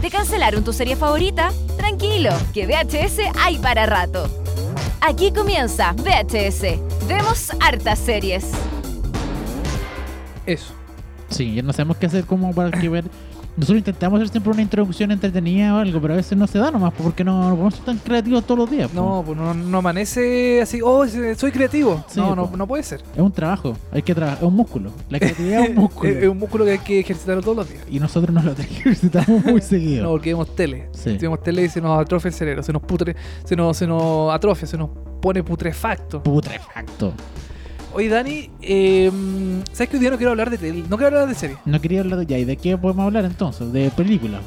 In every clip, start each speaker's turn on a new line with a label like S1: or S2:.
S1: ¿Te cancelaron tu serie favorita? Tranquilo, que VHS hay para rato. Aquí comienza VHS. Vemos hartas series.
S2: Eso.
S3: Sí, ya no sabemos qué hacer como para que ver. Nosotros intentamos hacer siempre una introducción entretenida o algo, pero a veces no se da nomás porque no, no podemos ser tan creativos todos los días. po.
S2: No, pues no, no amanece así, oh, se- soy creativo.
S3: Sí, pues.
S2: no, no,
S3: po.
S2: no puede ser. Eh,
S3: Es un trabajo, hay que trabajar, es un músculo. La creatividad es un músculo.
S2: Es, es un músculo que hay que ejercitarlo todos los días.
S3: Y nosotros nos lo ejercitamos muy seguido.
S2: No, porque vemos tele.
S3: Sí.
S2: Si vemos tele y se nos atrofia el cerebro, se nos putre, se nos, se nos atrofia, se nos pone putrefacto.
S3: Putrefacto.
S2: Oye, Dani, eh, ¿sabes que hoy día no quiero hablar de tele? No quiero hablar de serie.
S3: No quería hablar de ya. ¿Y de qué podemos hablar entonces? De películas.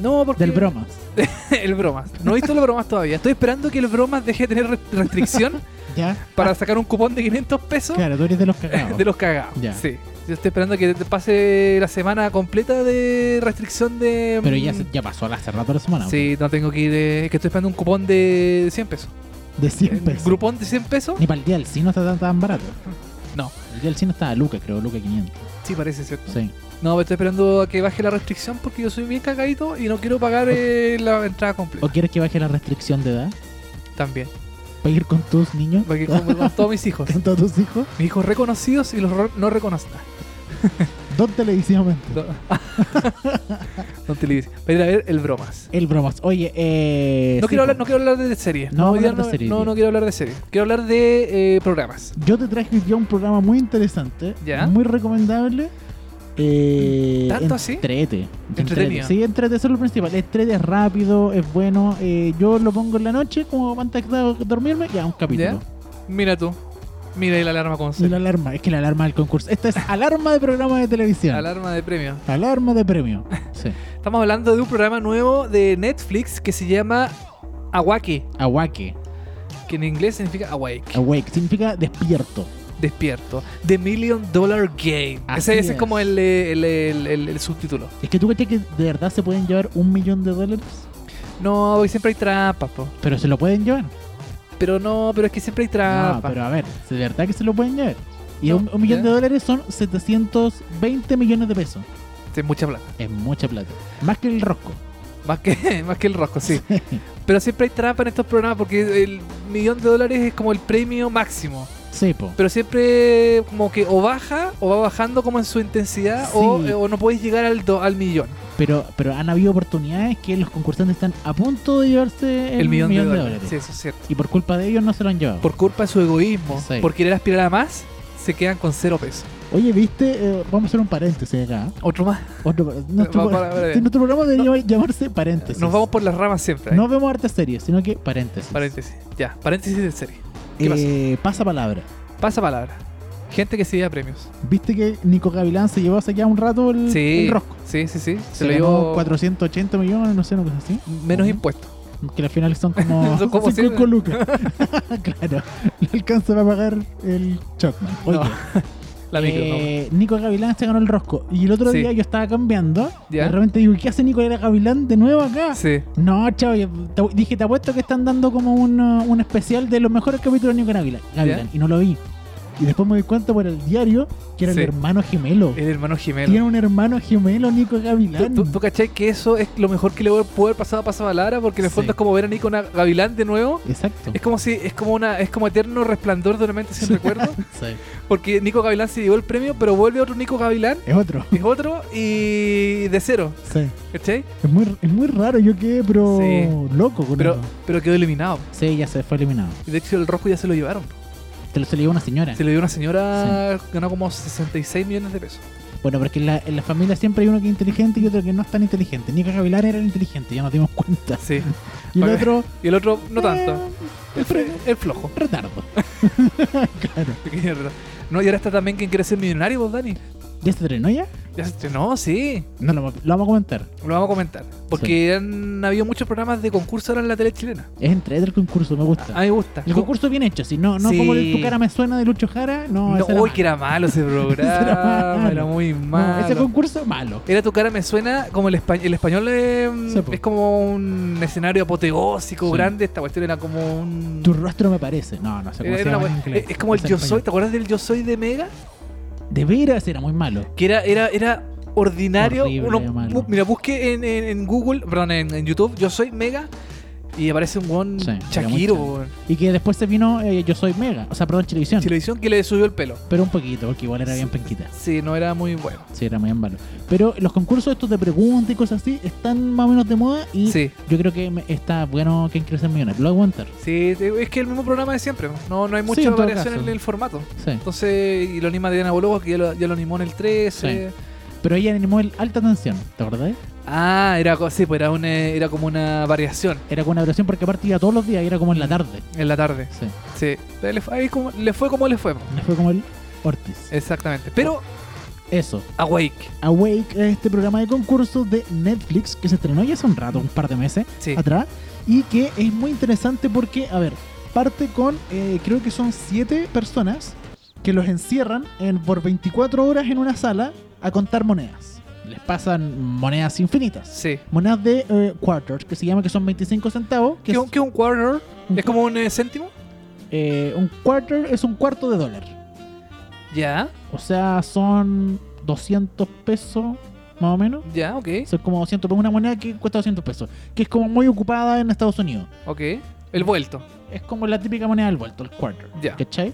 S2: No, porque.
S3: Del bromas.
S2: el bromas. No he visto el bromas todavía. Estoy esperando que el bromas deje de tener re- restricción
S3: ¿Ya?
S2: para sacar un cupón de 500 pesos
S3: Claro, tú eres de los cagados.
S2: de los cagados.
S3: Ya.
S2: Sí. Yo estoy esperando que te pase la semana completa de restricción de. mm,
S3: Pero ya, se- ya pasó hace rato la semana.
S2: Sí, no tengo que ir. eh, es que estoy esperando un cupón de 100 pesos.
S3: De 100
S2: Un
S3: pesos.
S2: ¿Grupón de 100 pesos?
S3: Ni para el día del cine está tan, tan barato.
S2: No.
S3: El día del cine estaba a Luca, creo, Luca 500.
S2: Sí, parece, ¿cierto?
S3: Sí.
S2: No, pero estoy esperando a que baje la restricción porque yo soy bien cagadito y no quiero pagar eh, la entrada completa.
S3: ¿O quieres que baje la restricción de edad?
S2: También.
S3: ¿Para ir con tus niños?
S2: Porque como con todos mis hijos.
S3: ¿Con todos tus hijos?
S2: Mis hijos reconocidos y los ro- no reconocidos.
S3: Don televisivamente.
S2: No, no te dice. Va a ir a ver el bromas.
S3: El bromas. Oye, eh.
S2: No
S3: sí,
S2: quiero, hablar,
S3: po.
S2: no quiero hablar de series.
S3: No
S2: hoy día
S3: hablar de series,
S2: No,
S3: tío.
S2: no quiero hablar de series. Quiero hablar de eh, programas.
S3: Yo te traje hoy día un programa muy interesante.
S2: Ya.
S3: Muy recomendable. Eh,
S2: ¿Tanto así?
S3: Entrete.
S2: Entretenido.
S3: Entrete. Sí, entrete, eso es lo principal. Entrete es rápido, es bueno. Eh, yo lo pongo en la noche como antes de dormirme, ya un capítulo.
S2: Mira tú. Mira ahí la alarma con
S3: Y la alarma, es que la alarma del concurso. Esta es alarma de programa de televisión.
S2: Alarma de premio.
S3: Alarma de premio. Sí.
S2: Estamos hablando de un programa nuevo de Netflix que se llama Awake,
S3: Awake.
S2: que en inglés significa Awake,
S3: Awake. Significa despierto.
S2: despierto. The Million Dollar Game.
S3: Así
S2: Ese, ese es
S3: es.
S2: como el, eh, el- el- el- el subtítulo.
S3: Es que tú cachas que de verdad se pueden llevar un millón de dólares,
S2: No, y siempre hay trampas, po.
S3: pero se lo pueden llevar.
S2: Pero no, pero es que siempre hay
S3: No,
S2: trampas.
S3: pero a ver, de verdad que se lo pueden llevar. Y
S2: Ah, No,
S3: un, un millón
S2: ya.
S3: de dólares son 720 millones de pesos.
S2: Sí, Este, mucha plata.
S3: Es mucha plata. Más que el rosco.
S2: Más que, más que el rosco, sí. Pero siempre hay trampa en estos programas porque el millón de dólares es como el premio máximo.
S3: Cepo.
S2: Pero siempre como que o baja o va bajando como en su intensidad o, eh,
S3: Sí.
S2: o no puedes llegar al, do- al millón.
S3: Pero, pero han habido oportunidades que los concursantes están a punto de llevarse el, millón, de, dólares.
S2: Sí, eso es cierto.
S3: Y por culpa de ellos no se lo han llevado.
S2: Por culpa de su egoísmo,
S3: Sí.
S2: por querer aspirar a más, se quedan con cero pesos.
S3: Oye, viste, Eh, vamos a hacer un paréntesis acá. ¿eh?
S2: Otro más.
S3: Otro-
S2: Eh,
S3: nuestro,
S2: Va- para- para-
S3: sí, nuestro programa debería llamarse paréntesis.
S2: Nos vamos por las ramas siempre. ¿eh?
S3: No vemos hartas series, sino que paréntesis.
S2: Paréntesis. Ya, paréntesis de serie. ¿Qué pasa?
S3: Eh, pasa palabra.
S2: Pasa palabra. Gente que se lleva premios.
S3: ¿Viste que Nico Gavilán se llevó hace ya Mm, un rato el,
S2: Sí.
S3: el rosco?
S2: Sí, sí, sí. Se,
S3: Se,
S2: lo
S3: ganó
S2: llevó
S3: 480 millones, no sé, una cosa así.
S2: menos
S3: Ujú.
S2: impuestos.
S3: Que al final son como
S2: Son como
S3: 5
S2: cien.
S3: lucas. claro, le alcanza para pagar el Chocman. Oye,
S2: No, La micro, no.
S3: eh, Nico Gavilán se ganó el rosco. Y el otro
S2: Sí.
S3: día yo estaba cambiando.
S2: Ya.
S3: Y de repente digo, ¿y ¿qué hace Nicolás Gavilán de nuevo acá?
S2: Sí.
S3: No, chavo, yo te- dije, te apuesto que están dando como un, uh, un especial de los mejores capítulos de Nico Gavilán. Gavilán, Y no lo vi. Y después me di cuenta por el diario que era
S2: Sí.
S3: el hermano gemelo.
S2: El hermano gemelo.
S3: Tiene un hermano gemelo, Nico Gavilán.
S2: ¿Tú, tú, tú cachai que eso es lo mejor que le puede haber pasado a Pasabalabra? Porque en el
S3: Sí.
S2: fondo es como ver a Nico Na- Gavilán de nuevo.
S3: Exacto.
S2: Es como si, es como una, es como eterno resplandor de una mente sin recuerdo.
S3: Sí.
S2: Porque Nico Gavilán se llevó el premio, pero vuelve otro Nico Gavilán,
S3: Es otro.
S2: es otro, y de cero,
S3: Sí.
S2: ¿cachai?
S3: Es muy, es muy raro, yo quedé, pero
S2: Sí.
S3: loco con
S2: Pero,
S3: eso.
S2: pero quedó eliminado.
S3: Sí, ya se fue eliminado.
S2: Y de hecho el rojo ya se lo llevaron.
S3: Te lo se lo llevó una señora.
S2: Se lo dio una señora, ganó como 66 millones de pesos.
S3: Bueno, porque en la, en la familia siempre hay uno que es inteligente y otro que no es tan inteligente. Nico Gavilán era el inteligente, ya nos dimos cuenta.
S2: Sí.
S3: Y el
S2: Ok.
S3: otro,
S2: Y el otro, no tanto.
S3: eh,
S2: El, fre- el flojo.
S3: retardo. claro.
S2: No, y ahora está también quien quiere ser millonario, vos, Dani.
S3: ¿Ya se estrenó ya?
S2: Ya se estrenó, sí.
S3: No, lo, lo vamos a comentar.
S2: Lo vamos a comentar. Porque han habido muchos programas de concurso ahora en la tele chilena.
S3: Es entre el concurso, me
S2: A
S3: gusta.
S2: mí me gusta.
S3: el concurso bien hecho, si no, no
S2: Ah, Sí.
S3: como el tu cara me suena de Lucho Jara, no,
S2: No,
S3: ese era
S2: uy,
S3: malo.
S2: que era malo ese programa.
S3: Ese era
S2: era,
S3: malo.
S2: muy
S3: No,
S2: malo.
S3: ese concurso malo.
S2: Era tu cara, me suena como el, espa- el español. eh, mm,
S3: Sí, po.
S2: es como un escenario apoteósico
S3: Sí.
S2: grande. Esta cuestión era como un.
S3: Tu rostro me parece. No, no sé cómo
S2: era
S3: se
S2: una
S3: llama en
S2: cuestión-
S3: inglés.
S2: es como el
S3: Ese
S2: yo
S3: español.
S2: soy. ¿Te acuerdas del yo soy de Mega?
S3: De veras era muy malo.
S2: Que era, era, era ordinario.
S3: Horrible,
S2: Uno
S3: malo.
S2: bu- mira, busque en, en- en Google, perdón, en, en YouTube, yo soy mega y aparece un buen
S3: Sí, era muy
S2: Shakiro,
S3: chanta.
S2: weón,
S3: Y que después se vino eh, Yo Soy Mega, o sea, perdón, Televisión.
S2: televisión que le subió el pelo.
S3: Pero un poquito, porque igual era bien penquita.
S2: Sí, no era muy bueno.
S3: Sí, era muy en malo. Pero los concursos estos de preguntas y cosas así están más o menos de moda y
S2: Sí,
S3: yo creo que me- está bueno que quiere ser millonario. Lo aguantar.
S2: sí, te- es que el mismo programa de siempre. No, no hay
S3: Sí,
S2: mucha
S3: en todo
S2: variación
S3: caso.
S2: en el formato.
S3: Sí.
S2: Entonces, y lo anima Diana Boloco, que ya lo, ya lo animó en el 13.
S3: Pero ella animó el alta tensión, ¿te acordás?
S2: Ah, era, co- sí, pues era, una, era como una variación
S3: Era con una duración porque aparte iba todos los días y era como
S2: Mm.
S3: en la tarde.
S2: en la tarde.
S3: Sí.
S2: Sí, Pero le, fue- ahí como, le fue como le fue. po.
S3: Fue como el Ortiz.
S2: Eh. Exactamente. Pero
S3: Eso.
S2: Awake,
S3: Awake es este programa de concursos de Netflix que se estrenó ya hace un rato, un par de meses
S2: sí.
S3: atrás, y que es muy interesante porque, a ver, parte con, eh, creo que son siete personas que los encierran en, por 24 horas en una sala a contar monedas. Les pasan monedas infinitas.
S2: Sí.
S3: Monedas de eh, quarters, que se llama que son 25 centavos.
S2: ¿Qué,
S3: Que es,
S2: es un- qué es un quarter?
S3: un
S2: ¿Es como un eh, céntimo?
S3: Eh, un quarter es un cuarto de dólar.
S2: Ya,
S3: O sea, son 200 pesos, más o menos.
S2: ya, ok,
S3: Son como 200 pesos, una moneda que cuesta 200 pesos. Que es como muy ocupada en Estados Unidos.
S2: ok. El vuelto.
S3: Es como la típica moneda del vuelto, el quarter.
S2: Ya.
S3: ¿Cachai?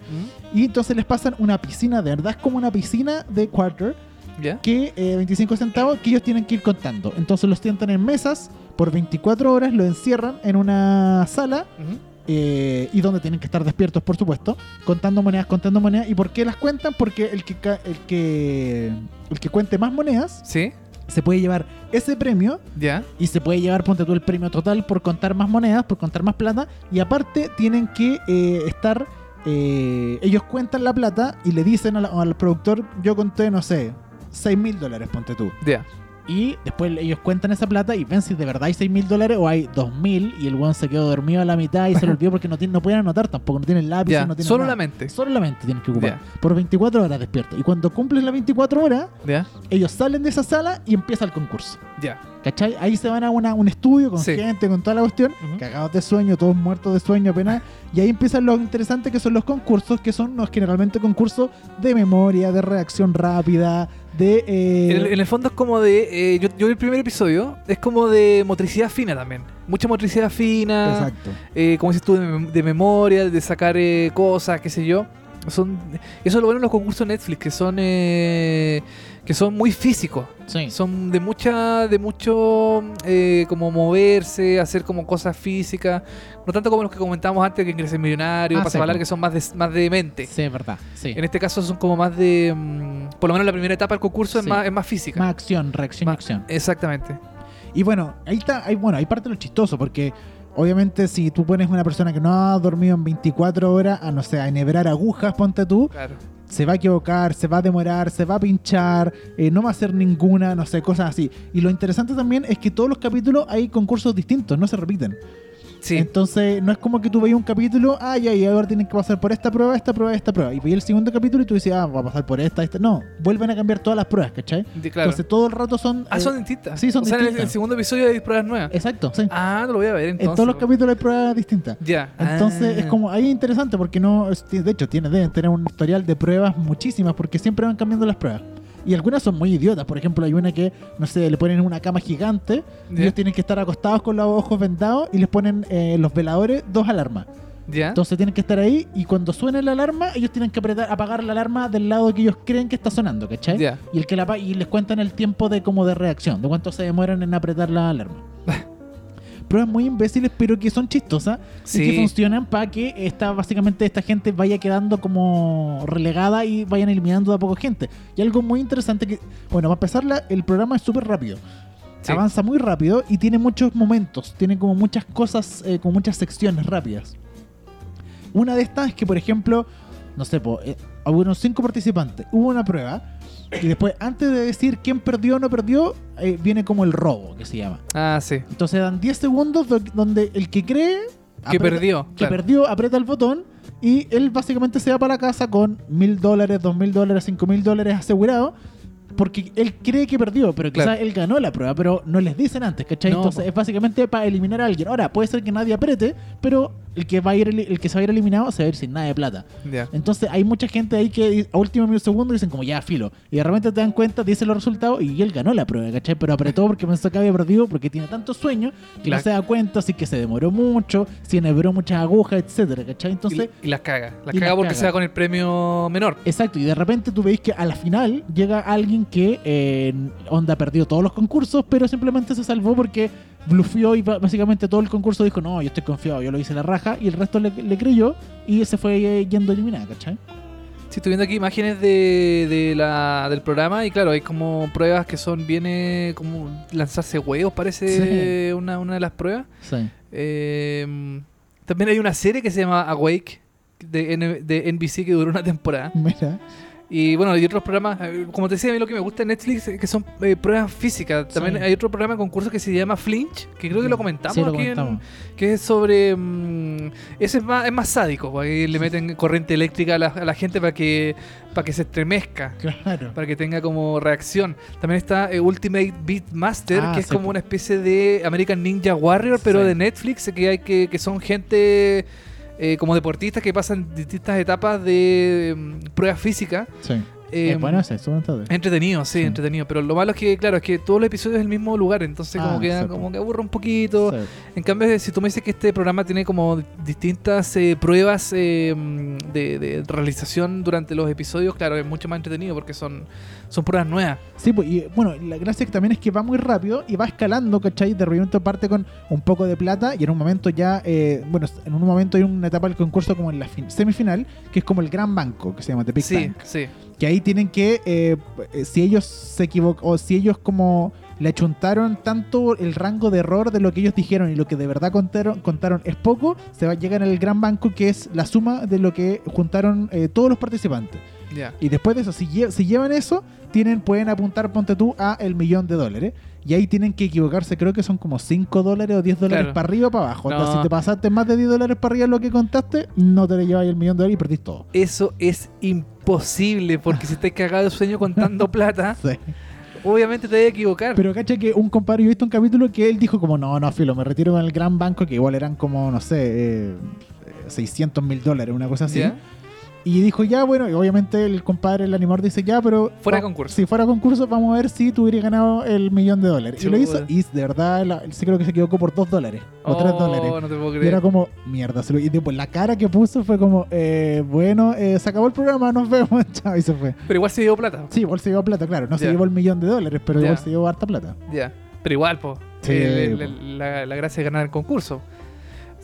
S2: ¿Mm?
S3: Y entonces les pasan una piscina, de verdad es como una piscina de quarter,
S2: Ya,
S3: que eh, 25 centavos, que ellos tienen que ir contando. Entonces los tientan en mesas por 24 horas, lo encierran en una sala
S2: ujú,
S3: eh, y donde tienen que estar despiertos, por supuesto, contando monedas, contando monedas. ¿Y por qué las cuentan? Porque el que, ca- el que, el que cuente más monedas
S2: sí,
S3: se puede llevar ese premio
S2: ya,
S3: y se puede llevar, ponte tú, el premio total por contar más monedas, por contar más plata. Y aparte tienen que eh, estar... eh, ellos cuentan la plata y le dicen a la- al productor, yo conté, no sé, 6 mil dólares, ponte tú.
S2: ya.
S3: Y después ellos cuentan esa plata y ven si de verdad hay 6 mil dólares o hay 2 mil y el weón se quedó dormido a la mitad y se lo olvidó porque no, tiene, no pueden anotar tampoco, no tienen lápiz,
S2: ya.
S3: Ah, no tienen
S2: Solo
S3: nada.
S2: la mente.
S3: Solo la mente tienen que ocupar. Por 24 horas despierto. Y cuando cumplen las 24 horas,
S2: Ya,
S3: ellos salen de esa sala y empieza el concurso.
S2: ya.
S3: ¿Cachai? Ahí se van a una- un estudio con
S2: Sí.
S3: gente, con toda la cuestión,
S2: Ujú.
S3: cagados de sueño, todos muertos de sueño apenas. Y ahí empiezan lo interesante que son los concursos, que son no, generalmente concursos de memoria, de reacción rápida, de... eh,
S2: En el, en el fondo es como de. eh, yo, yo vi el primer episodio, es como de motricidad fina también. Mucha motricidad fina,
S3: Exacto.
S2: eh, como dices tú, de, mem- de memoria, de sacar eh, cosas, qué sé yo. Son, eso es lo bueno en los concursos Netflix, que son, eh, que son muy físicos.
S3: Sí.
S2: Son de mucha, de mucho eh, como moverse, hacer como cosas físicas. No tanto como los que comentábamos antes, que ingreses millonario,
S3: Ah,
S2: pasa
S3: sí,
S2: a hablar,
S3: po.
S2: que son más de, más de mente.
S3: Sí, es verdad. Sí.
S2: En este caso son como más de. mm, por lo menos la primera etapa del concurso es,
S3: Sí.
S2: más, es más física.
S3: Más acción, reacción,
S2: Más-
S3: y acción.
S2: Exactamente.
S3: Y bueno, ahí está, ahí, bueno, ahí parte lo chistoso, porque obviamente si tú pones una persona que no ha dormido en 24 horas, a no sé, a enhebrar agujas, ponte tú,
S2: Claro.
S3: se va a equivocar, se va a demorar, se va a pinchar, eh, no va a hacer ninguna, no sé, cosas así. Y lo interesante también es que todos los capítulos hay concursos distintos, no se repiten.
S2: Sí.
S3: Entonces, no es como que tú veas un capítulo, ah, ya, y ahora tienen que pasar por esta prueba, esta prueba, esta prueba. Y veías el segundo capítulo y tú dices, ah, va a pasar por esta, esta. No, vuelven a cambiar todas las pruebas, ¿cachai?
S2: de- claro.
S3: Entonces todo el rato son...
S2: ah,
S3: eh,
S2: son distintas.
S3: sí, son
S2: o sea, en el-
S3: distintas.
S2: el segundo episodio hay pruebas nuevas.
S3: Exacto, sí.
S2: Ah, no lo voy a ver entonces.
S3: en todos los capítulos hay pruebas distintas.
S2: Ya.
S3: Entonces
S2: Ah.
S3: es como ahí es interesante porque no, es- de hecho tiene, deben tener un historial de pruebas muchísimas porque siempre van cambiando las pruebas. Y algunas son muy idiotas, por ejemplo hay una que, no sé, le ponen una cama gigante,
S2: Ah,
S3: y
S2: Ya.
S3: ellos tienen que estar acostados con los ojos vendados y les ponen eh, los veladores dos alarmas.
S2: Ya.
S3: Entonces tienen que estar ahí y cuando suene la alarma ellos tienen que apretar, apagar la alarma del lado que ellos creen que está sonando, ¿cachai?
S2: Ya.
S3: Y, el que la, apa- y les cuentan el tiempo de como de reacción, de cuánto se demoran en apretar la alarma. Pruebas muy imbéciles, pero que son chistosas y que
S2: Sí.
S3: funcionan para que esta, básicamente esta gente vaya quedando como relegada y vayan eliminando de a poco gente. Y algo muy interesante que, bueno, para empezar, la- el programa es súper rápido.
S2: Sí.
S3: Avanza muy rápido y tiene muchos momentos, tiene como muchas cosas, eh, como muchas secciones rápidas. Una de estas es que, por ejemplo, no sé, po, eh, hubo unos cinco participantes, hubo una prueba y después, antes de decir quién perdió o no perdió, eh, viene como el robo, que se llama.
S2: Ah, sí.
S3: Entonces dan 10 segundos do- donde el que cree
S2: Que
S3: aprieta-
S2: perdió.
S3: Ah, que
S2: claro.
S3: perdió aprieta el botón y él básicamente se va para la casa con mil dólares, dos mil dólares, cinco mil dólares asegurado. Porque él cree que perdió, pero quizás
S2: Claro.
S3: él ganó la prueba, pero no les dicen antes, ¿cachai?
S2: No,
S3: Entonces
S2: po.
S3: es básicamente para eliminar a alguien. Ahora, puede ser que nadie apriete, pero el que, va a ir, eli- el que se va a ir eliminado se va a ir sin nada de plata.
S2: Ya.
S3: Entonces hay mucha gente ahí que a último minuto segundo dicen como ya filo. Y de repente te dan cuenta, te dicen los resultados y él ganó la prueba, ¿cachai? Pero apretó porque pensó que había perdido porque tiene tanto sueño que
S2: La-
S3: no se da cuenta, así que se demoró mucho, se enhebró muchas agujas, etcétera, ¿cachai?
S2: Y-
S3: Entonces,
S2: y, las caga. Las
S3: y
S2: caga
S3: las
S2: porque
S3: caga.
S2: se va con el premio menor.
S3: exacto, y de repente tú veis que a la final llega alguien que eh, onda perdió todos los concursos, pero simplemente se salvó porque bluffió y ba- básicamente todo el concurso dijo, no, yo estoy confiado, yo lo hice la raja, y el resto le, le creyó y se fue eh, yendo eliminada, ¿cachai?
S2: Sí, estoy viendo aquí imágenes de, de la, del programa y claro, hay como pruebas que son, viene como lanzarse huevos, parece una, una de las pruebas.
S3: Sí.
S2: Eh, también hay una serie que se llama Awake de, N- de NBC que duró una temporada.
S3: Mira.
S2: Y bueno, hay otros programas, eh, como te decía, a mí lo que me gusta de Netflix es que son eh, pruebas físicas. También
S3: Sí. Mm,
S2: hay otro programa de concurso que se llama Flinch, que creo que lo comentamos,
S3: Sí, lo
S2: aquí en-
S3: comentamos.
S2: que es sobre... mm, ese es más, es más sádico, porque ahí le meten corriente eléctrica a la, a la gente para que, para que se estremezca.
S3: Claro.
S2: Para que tenga como reacción. También está eh, Ultimate Beatmaster,
S3: Ah,
S2: que es
S3: sí,
S2: como
S3: po.
S2: una especie de American Ninja Warrior, pero
S3: Sí.
S2: de Netflix, que hay que, que son gente eh, como deportistas que pasan distintas etapas de mm, pruebas físicas.
S3: Sí.
S2: Eh,
S3: es bueno, ese, es una tarde.
S2: Entretenido, sí,
S3: Sí.
S2: entretenido. Pero lo malo es que, claro, es que todos los episodios es el mismo lugar, entonces
S3: Ah,
S2: como, que,
S3: sí, po.
S2: como que aburre un poquito.
S3: Sí.
S2: En cambio, si tú me dices que este programa tiene como distintas eh, pruebas eh, mm, de, de realización durante los episodios, claro, es mucho más entretenido porque son, son pruebas nuevas.
S3: Sí, pues, y bueno, la gracia que también es que va muy rápido y va escalando, ¿cachai? De repente parte con un poco de plata y en un momento ya, eh, bueno, en un momento hay una etapa del concurso como en la fin- semifinal, que es como el gran banco, que se llama The Big
S2: sí,
S3: Bank.
S2: sí.
S3: Que ahí tienen que, eh, eh, si ellos se equivocan, o si ellos como le achuntaron tanto el rango de error de lo que ellos dijeron y lo que de verdad contaron, contaron es poco, se va a llegar al gran banco que es la suma de lo que juntaron eh, todos los participantes.
S2: Ya.
S3: Y después de eso, si, lle- si llevan eso, tienen, pueden apuntar, ponte tú, a el millón de dólares. Y ahí tienen que equivocarse, creo que son como 5 dólares o 10 dólares
S2: Claro.
S3: para arriba o para abajo.
S2: No.
S3: Entonces, si te pasaste más de 10 dólares para arriba de lo que contaste, no te llevas el millón de dólares y perdís todo.
S2: Eso es imposible porque si te cagado de sueño contando plata,
S3: Sí.
S2: obviamente te vas a equivocar.
S3: Pero cacha que un compadre, yo he visto un capítulo que él dijo como, no, no, filo, me retiro con el gran banco, que igual eran como, no sé, eh, 600 mil dólares, una cosa así.
S2: ¿Ya?
S3: Y dijo, ya, bueno, y obviamente el compadre, el animador, dice, ya, pero...
S2: Fuera de
S3: va-
S2: concurso.
S3: Si fuera concurso, vamos a ver si tú hubieras ganado el millón de dólares. Y lo hizo,
S2: Chuta.
S3: y de verdad, la- sí creo que se equivocó por dos dólares, o tres
S2: Oh,
S3: dólares.
S2: No te puedo
S3: Y era
S2: creer.
S3: como, mierda, se lo- y tipo, la cara que puso fue como, eh, bueno, eh, se acabó el programa, nos vemos, chao, y se fue.
S2: Pero igual se dio plata.
S3: Sí, igual se llevó plata, claro, no se
S2: Ya.
S3: llevó el millón de dólares, pero
S2: Ya.
S3: igual se llevó harta plata.
S2: Ya. Pero igual, po.
S3: Sí,
S2: Eh,
S3: po.
S2: la, la- la gracia es ganar el concurso.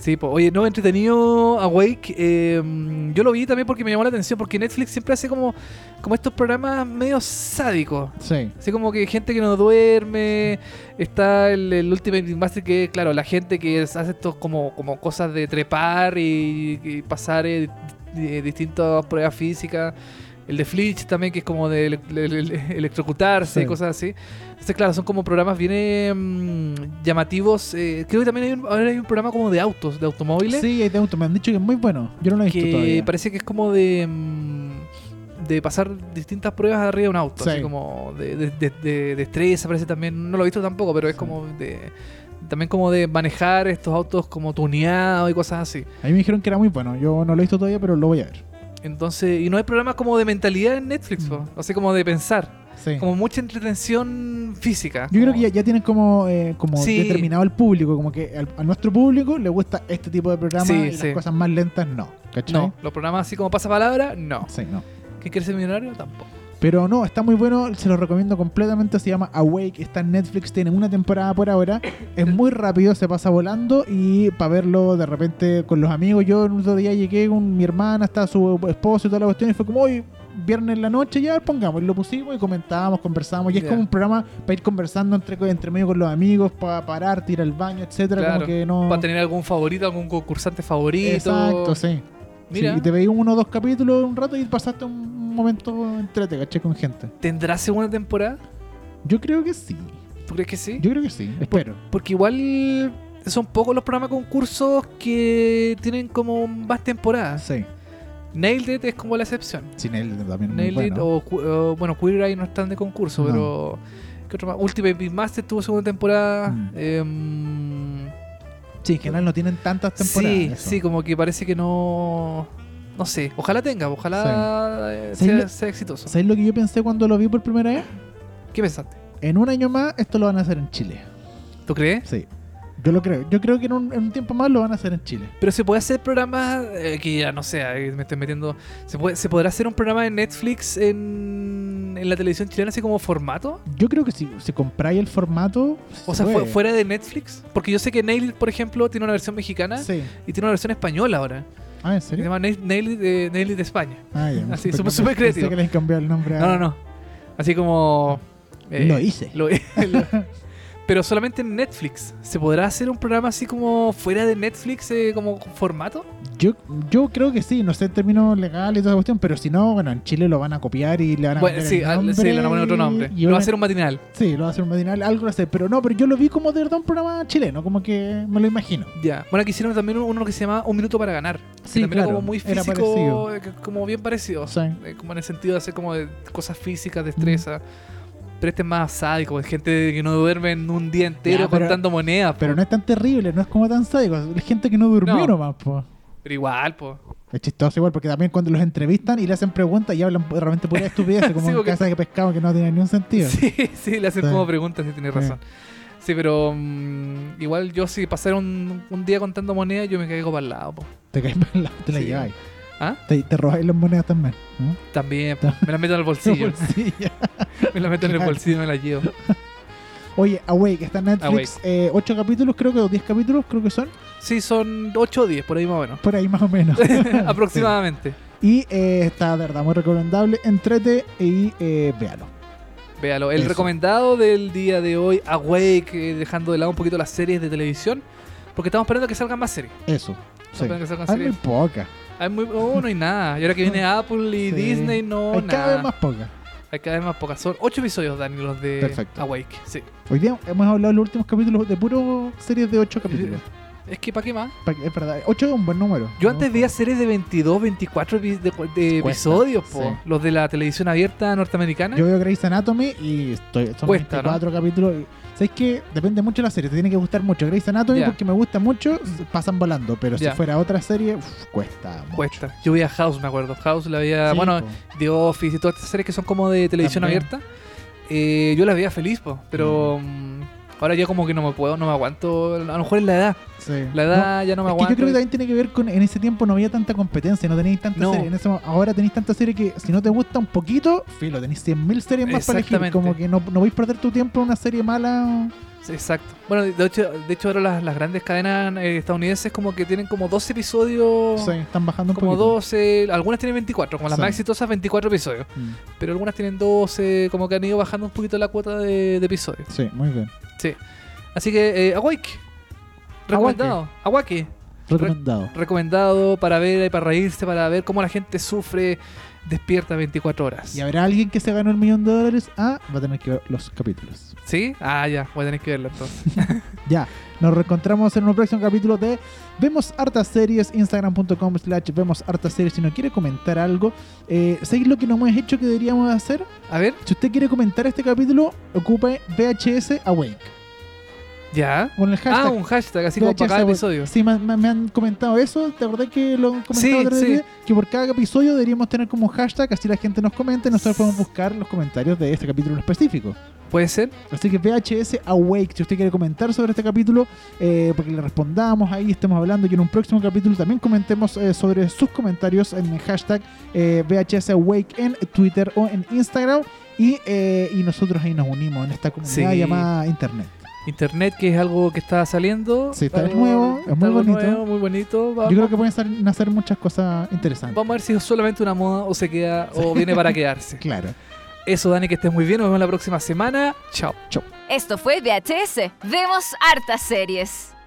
S2: Sí, po. Oye, no, entretenido Awake. eh, mm, yo lo vi también porque me llamó la atención, porque Netflix siempre hace como, como estos programas medio sádicos.
S3: Sí.
S2: Así como que gente que no duerme, está el, el Ultimate Master que, claro, la gente que es- hace estos como, como cosas de trepar y, y pasar eh, di- eh, distintas pruebas físicas. El de Flitch también, que es como de ele- ele- ele- electrocutarse y
S3: Sí.
S2: cosas así. Entonces, claro, son como programas bien eh, mm, llamativos. eh, creo que también hay un, ahora hay un programa como de autos, de automóviles,
S3: Sí, ahí te gusta, me han dicho que es muy bueno. Yo no lo he visto
S2: que
S3: todavía.
S2: parece que es como de... mm, de pasar distintas pruebas arriba de un auto,
S3: Sí.
S2: así como de, de, de- de destreza, parece también, no lo he visto tampoco, pero es como de... También como de manejar estos autos como tuneados y cosas así.
S3: A mí me dijeron que era muy bueno. Yo no lo he visto todavía, pero lo voy a ver.
S2: Entonces, y no hay programas como de mentalidad en Netflix, po, así como de pensar,
S3: Mm. Sí.
S2: como mucha entretención física.
S3: Yo creo
S2: como-
S3: que ya, ya tienen como, eh, como
S2: Sí.
S3: determinado el público, como que al- a nuestro público le gusta este tipo de programas
S2: Sí,
S3: y
S2: sí.
S3: las cosas más lentas no. ¿Cachai?
S2: No, los programas así como pasapalabra, no.
S3: Sí, no.
S2: ¿Quién quiere ser millonario? Tampoco.
S3: Pero no, está muy bueno, se lo recomiendo completamente. Se llama Awake, está en Netflix, tiene una temporada por ahora. Es muy rápido, se pasa volando y para verlo de repente con los amigos. Yo en un otro día llegué con mi hermana, está su esposo y toda la cuestión y fue como hoy. Viernes en la noche ya pongamos, y lo pusimos y comentábamos, conversábamos, y es
S2: Ya.
S3: como un programa para ir conversando entre, entre medio con los amigos, para parar, tirar al baño, etcétera,
S2: Claro,
S3: como que no.
S2: Para tener algún favorito, algún concursante favorito.
S3: Exacto, sí.
S2: Mira,
S3: Sí, y te veí uno o dos capítulos un rato y pasaste un momento entrete, caché con gente.
S2: ¿tendrá segunda temporada?
S3: Yo creo que sí.
S2: ¿Tú crees que sí?
S3: Yo creo que sí, espero.
S2: Porque igual son pocos los programas concursos que tienen como más temporadas.
S3: Sí,
S2: Nailed It es como la excepción.
S3: sin él también. Muy
S2: Nailed It
S3: bueno.
S2: o, Qu- o, bueno, Queer Eye no están de concurso,
S3: No.
S2: pero ¿qué otro más? Ultimate Beatmaster tuvo segunda temporada.
S3: Mm.
S2: em,
S3: Sí, en general no tienen tantas temporadas.
S2: Sí,
S3: eso.
S2: sí, como que parece que no. No sé, ojalá tenga, ojalá eh,
S3: Sí,
S2: sea,
S3: lo-
S2: sea exitoso.
S3: ¿Sabéis lo que yo pensé cuando lo vi por primera vez?
S2: ¿Qué pensaste?
S3: En un año más esto lo van a hacer en Chile.
S2: ¿Tú crees?
S3: Sí. Yo lo creo. Yo creo que en un, en un tiempo más lo van a hacer en Chile.
S2: Pero se puede hacer programas eh, que ya no sé, ahí me estoy metiendo. ¿Se, puede, ¿Se podrá hacer un programa de Netflix en, en la televisión chilena así como formato?
S3: Yo creo que si, si compráis el formato.
S2: O
S3: se
S2: sea, fu-
S3: puede.
S2: fuera de Netflix. Porque yo sé que Nailed, por ejemplo, tiene una versión mexicana
S3: Sí.
S2: y tiene una versión española ahora.
S3: Ah, ¿en
S2: Se
S3: serio?
S2: llama Nail- Nailed, de, Nailed de España.
S3: Ah, ya.
S2: Así,
S3: Pensé
S2: súper-
S3: que-
S2: súper
S3: pensé
S2: creativo.
S3: que les cambió el nombre a-
S2: No, no, no. Así como. eh,
S3: Ah. Lo hice.
S2: lo- lo- pero solamente en Netflix. ¿Se podrá hacer un programa así como fuera de Netflix, eh, como con formato?
S3: Yo, yo creo que sí, no sé en términos legales y toda esa cuestión, pero si no, bueno, en Chile lo van a copiar y le van a
S2: Bueno,
S3: cambiar
S2: sí,
S3: el
S2: al-
S3: nombre
S2: sí, le van a poner otro nombre.
S3: y
S2: Lo va a
S3: van
S2: hacer un matinal.
S3: Sí, lo va a hacer un matinal, algo lo sé, pero no, pero yo lo vi como de verdad un programa chileno, como que me lo imagino.
S2: Ya. Bueno, aquí hicieron también uno que se llama Un Minuto para Ganar. que
S3: Sí,
S2: también era
S3: claro,
S2: como muy
S3: era
S2: físico,
S3: parecido.
S2: eh, que- como bien parecido.
S3: Sí.
S2: Eh, Como en el sentido de hacer como de cosas físicas, destreza. Pero este es más sádico, es gente que no duerme en un día entero
S3: Mm. Ya, pero-
S2: contando monedas.
S3: Pero
S2: po.
S3: no es tan terrible, no es como tan sádico, es gente que no durmió
S2: No.
S3: nomás, po.
S2: Pero igual, pues.
S3: Es chistoso igual, porque también cuando los entrevistan y le hacen preguntas y hablan realmente pura estupidez, como
S2: Sí,
S3: en
S2: porque-
S3: casa de pescado que no tiene ningún sentido.
S2: Sí, sí, le hacen
S3: Sí.
S2: como preguntas y tienes
S3: Sí.
S2: razón. Sí, pero mm, igual yo si pasara un, un día contando monedas, yo me caigo para el lado. po.
S3: Te caes mal, lado, te la
S2: Sí.
S3: lleváis.
S2: ¿Ah?
S3: Te, te robáis las monedas también. ¿no?
S2: También, po. me la meto en el bolsillo.
S3: Sí, ya.
S2: me la meto en el
S3: Claro.
S2: bolsillo y me la llevo.
S3: Oye, Awake, está en Netflix, eh, ocho capítulos, creo que, o 10 capítulos, creo que son,
S2: Sí, son 8 o 10, por ahí más o menos.
S3: por ahí más o menos.
S2: Aproximadamente.
S3: Y eh, está de verdad muy recomendable, entrete y eh, véalo.
S2: Véalo. El
S3: Eso.
S2: recomendado del día de hoy, Awake, eh, dejando de lado un poquito las series de televisión. Porque estamos esperando que salgan más series.
S3: Eso.
S2: Estamos
S3: Sí. Ah,
S2: esperando que salgan
S3: Hay muy
S2: series.
S3: poca.
S2: Hay muy, oh, no hay nada. Y ahora que viene Apple y
S3: Sí.
S2: Disney, no,
S3: Hay
S2: nada.
S3: cada vez más poca.
S2: Hay cada vez más pocas. Son ocho episodios, Dani, los de
S3: Perfecto.
S2: Awake. Sí.
S3: Hoy día hemos hablado en los últimos capítulos de puro series de 8 capítulos.
S2: Es que, ¿para qué más?
S3: Pa- Es verdad, 8 es un buen número.
S2: Yo
S3: ¿no?
S2: antes veía series de 22, 24 epi- de, de
S3: Cuesta,
S2: episodios, po.
S3: sí.
S2: Los de la televisión abierta norteamericana.
S3: Yo veo Grey's Anatomy y estoy, son
S2: Cuesta, ¿no?
S3: 24 capítulos. y- ¿Sabes qué? Depende mucho de la serie. Te tiene que gustar mucho. Grey's Anatomy,
S2: Ya.
S3: porque me gusta mucho, s- pasan volando. Pero
S2: Ya.
S3: si fuera otra serie, uf, cuesta. mucho.
S2: Cuesta. Yo veía House, me acuerdo. House la veía,
S3: Sí,
S2: bueno,
S3: po.
S2: The Office y todas estas series que son como de televisión
S3: También.
S2: abierta. Eh, yo las veía feliz, po. Pero mm, ahora ya como que no me puedo, no me aguanto. A lo mejor es la edad.
S3: Sí.
S2: La edad ya no me
S3: Es que
S2: aguanto.
S3: yo creo que también tiene que ver con en ese tiempo no había tanta competencia, no tenéis tanta
S2: No.
S3: serie. En ese mo- ahora tenéis tanta serie que si no te gusta un poquito, filo, tenéis 100.000 series más para elegir.
S2: Exactamente.
S3: Como que no, no vais a perder tu tiempo en una serie mala.
S2: Sí, Exacto. Bueno, de hecho, de hecho ahora las, las grandes cadenas eh, estadounidenses como que tienen como 12 episodios.
S3: Sí, están bajando un
S2: Como
S3: poquito.
S2: 12, algunas tienen 24, como las
S3: Sí.
S2: más exitosas 24 episodios,
S3: Mm,
S2: pero algunas tienen 12, como que han ido bajando un poquito la cuota de, de episodios.
S3: Sí, muy bien.
S2: Así que eh, Awake, recomendado, Awake,
S3: Recomendado.
S2: recomendado para ver y para reírse, para ver cómo la gente sufre despierta 24 horas.
S3: Y habrá alguien que se ganó un millón de dólares. Ah, va a tener que ver los capítulos.
S2: ¿Sí? Ah, ya, voy a tener que verlo entonces.
S3: Ya, nos reencontramos en un próximo capítulo de Vemos Hartas Series, instagram.com slash Vemos Hartas Series. Si no quiere comentar algo, eh, ¿sabéis lo que no hemos hecho que deberíamos hacer?
S2: A ver,
S3: Si usted quiere comentar este capítulo, ocupe VHS Awake.
S2: ya.
S3: Con el hashtag.
S2: Ah, un hashtag, así como
S3: VHS
S2: para cada
S3: Awake.
S2: episodio.
S3: Sí, me, me- me han comentado eso. ¿Te acordás que lo han comentado
S2: Sí,
S3: otra vez?
S2: sí.
S3: Que por cada episodio deberíamos tener como un hashtag, así la gente nos comenta y nosotros podemos buscar los comentarios de este capítulo en específico.
S2: ¿Puede ser?
S3: Así que VHS Awake, si usted quiere comentar sobre este capítulo, eh, porque le respondamos ahí, estemos hablando y en un próximo capítulo también comentemos eh, sobre sus comentarios en el hashtag eh, VHS Awake en Twitter o en Instagram y, eh, y nosotros ahí nos unimos en esta comunidad
S2: Sí.
S3: llamada Internet.
S2: Internet, que es algo que está saliendo.
S3: Sí, está
S2: algo-
S3: nuevo, es
S2: está
S3: muy
S2: algo
S3: bonito.
S2: nuevo, muy bonito.
S3: Yo creo que pueden sal- nacer muchas cosas interesantes.
S2: Vamos a ver si es solamente una moda o se queda o viene para quedarse.
S3: Claro.
S2: Eso, Dani, que estés muy bien. Nos vemos la próxima semana. Chao.
S1: Esto fue VHS. Vemos hartas series.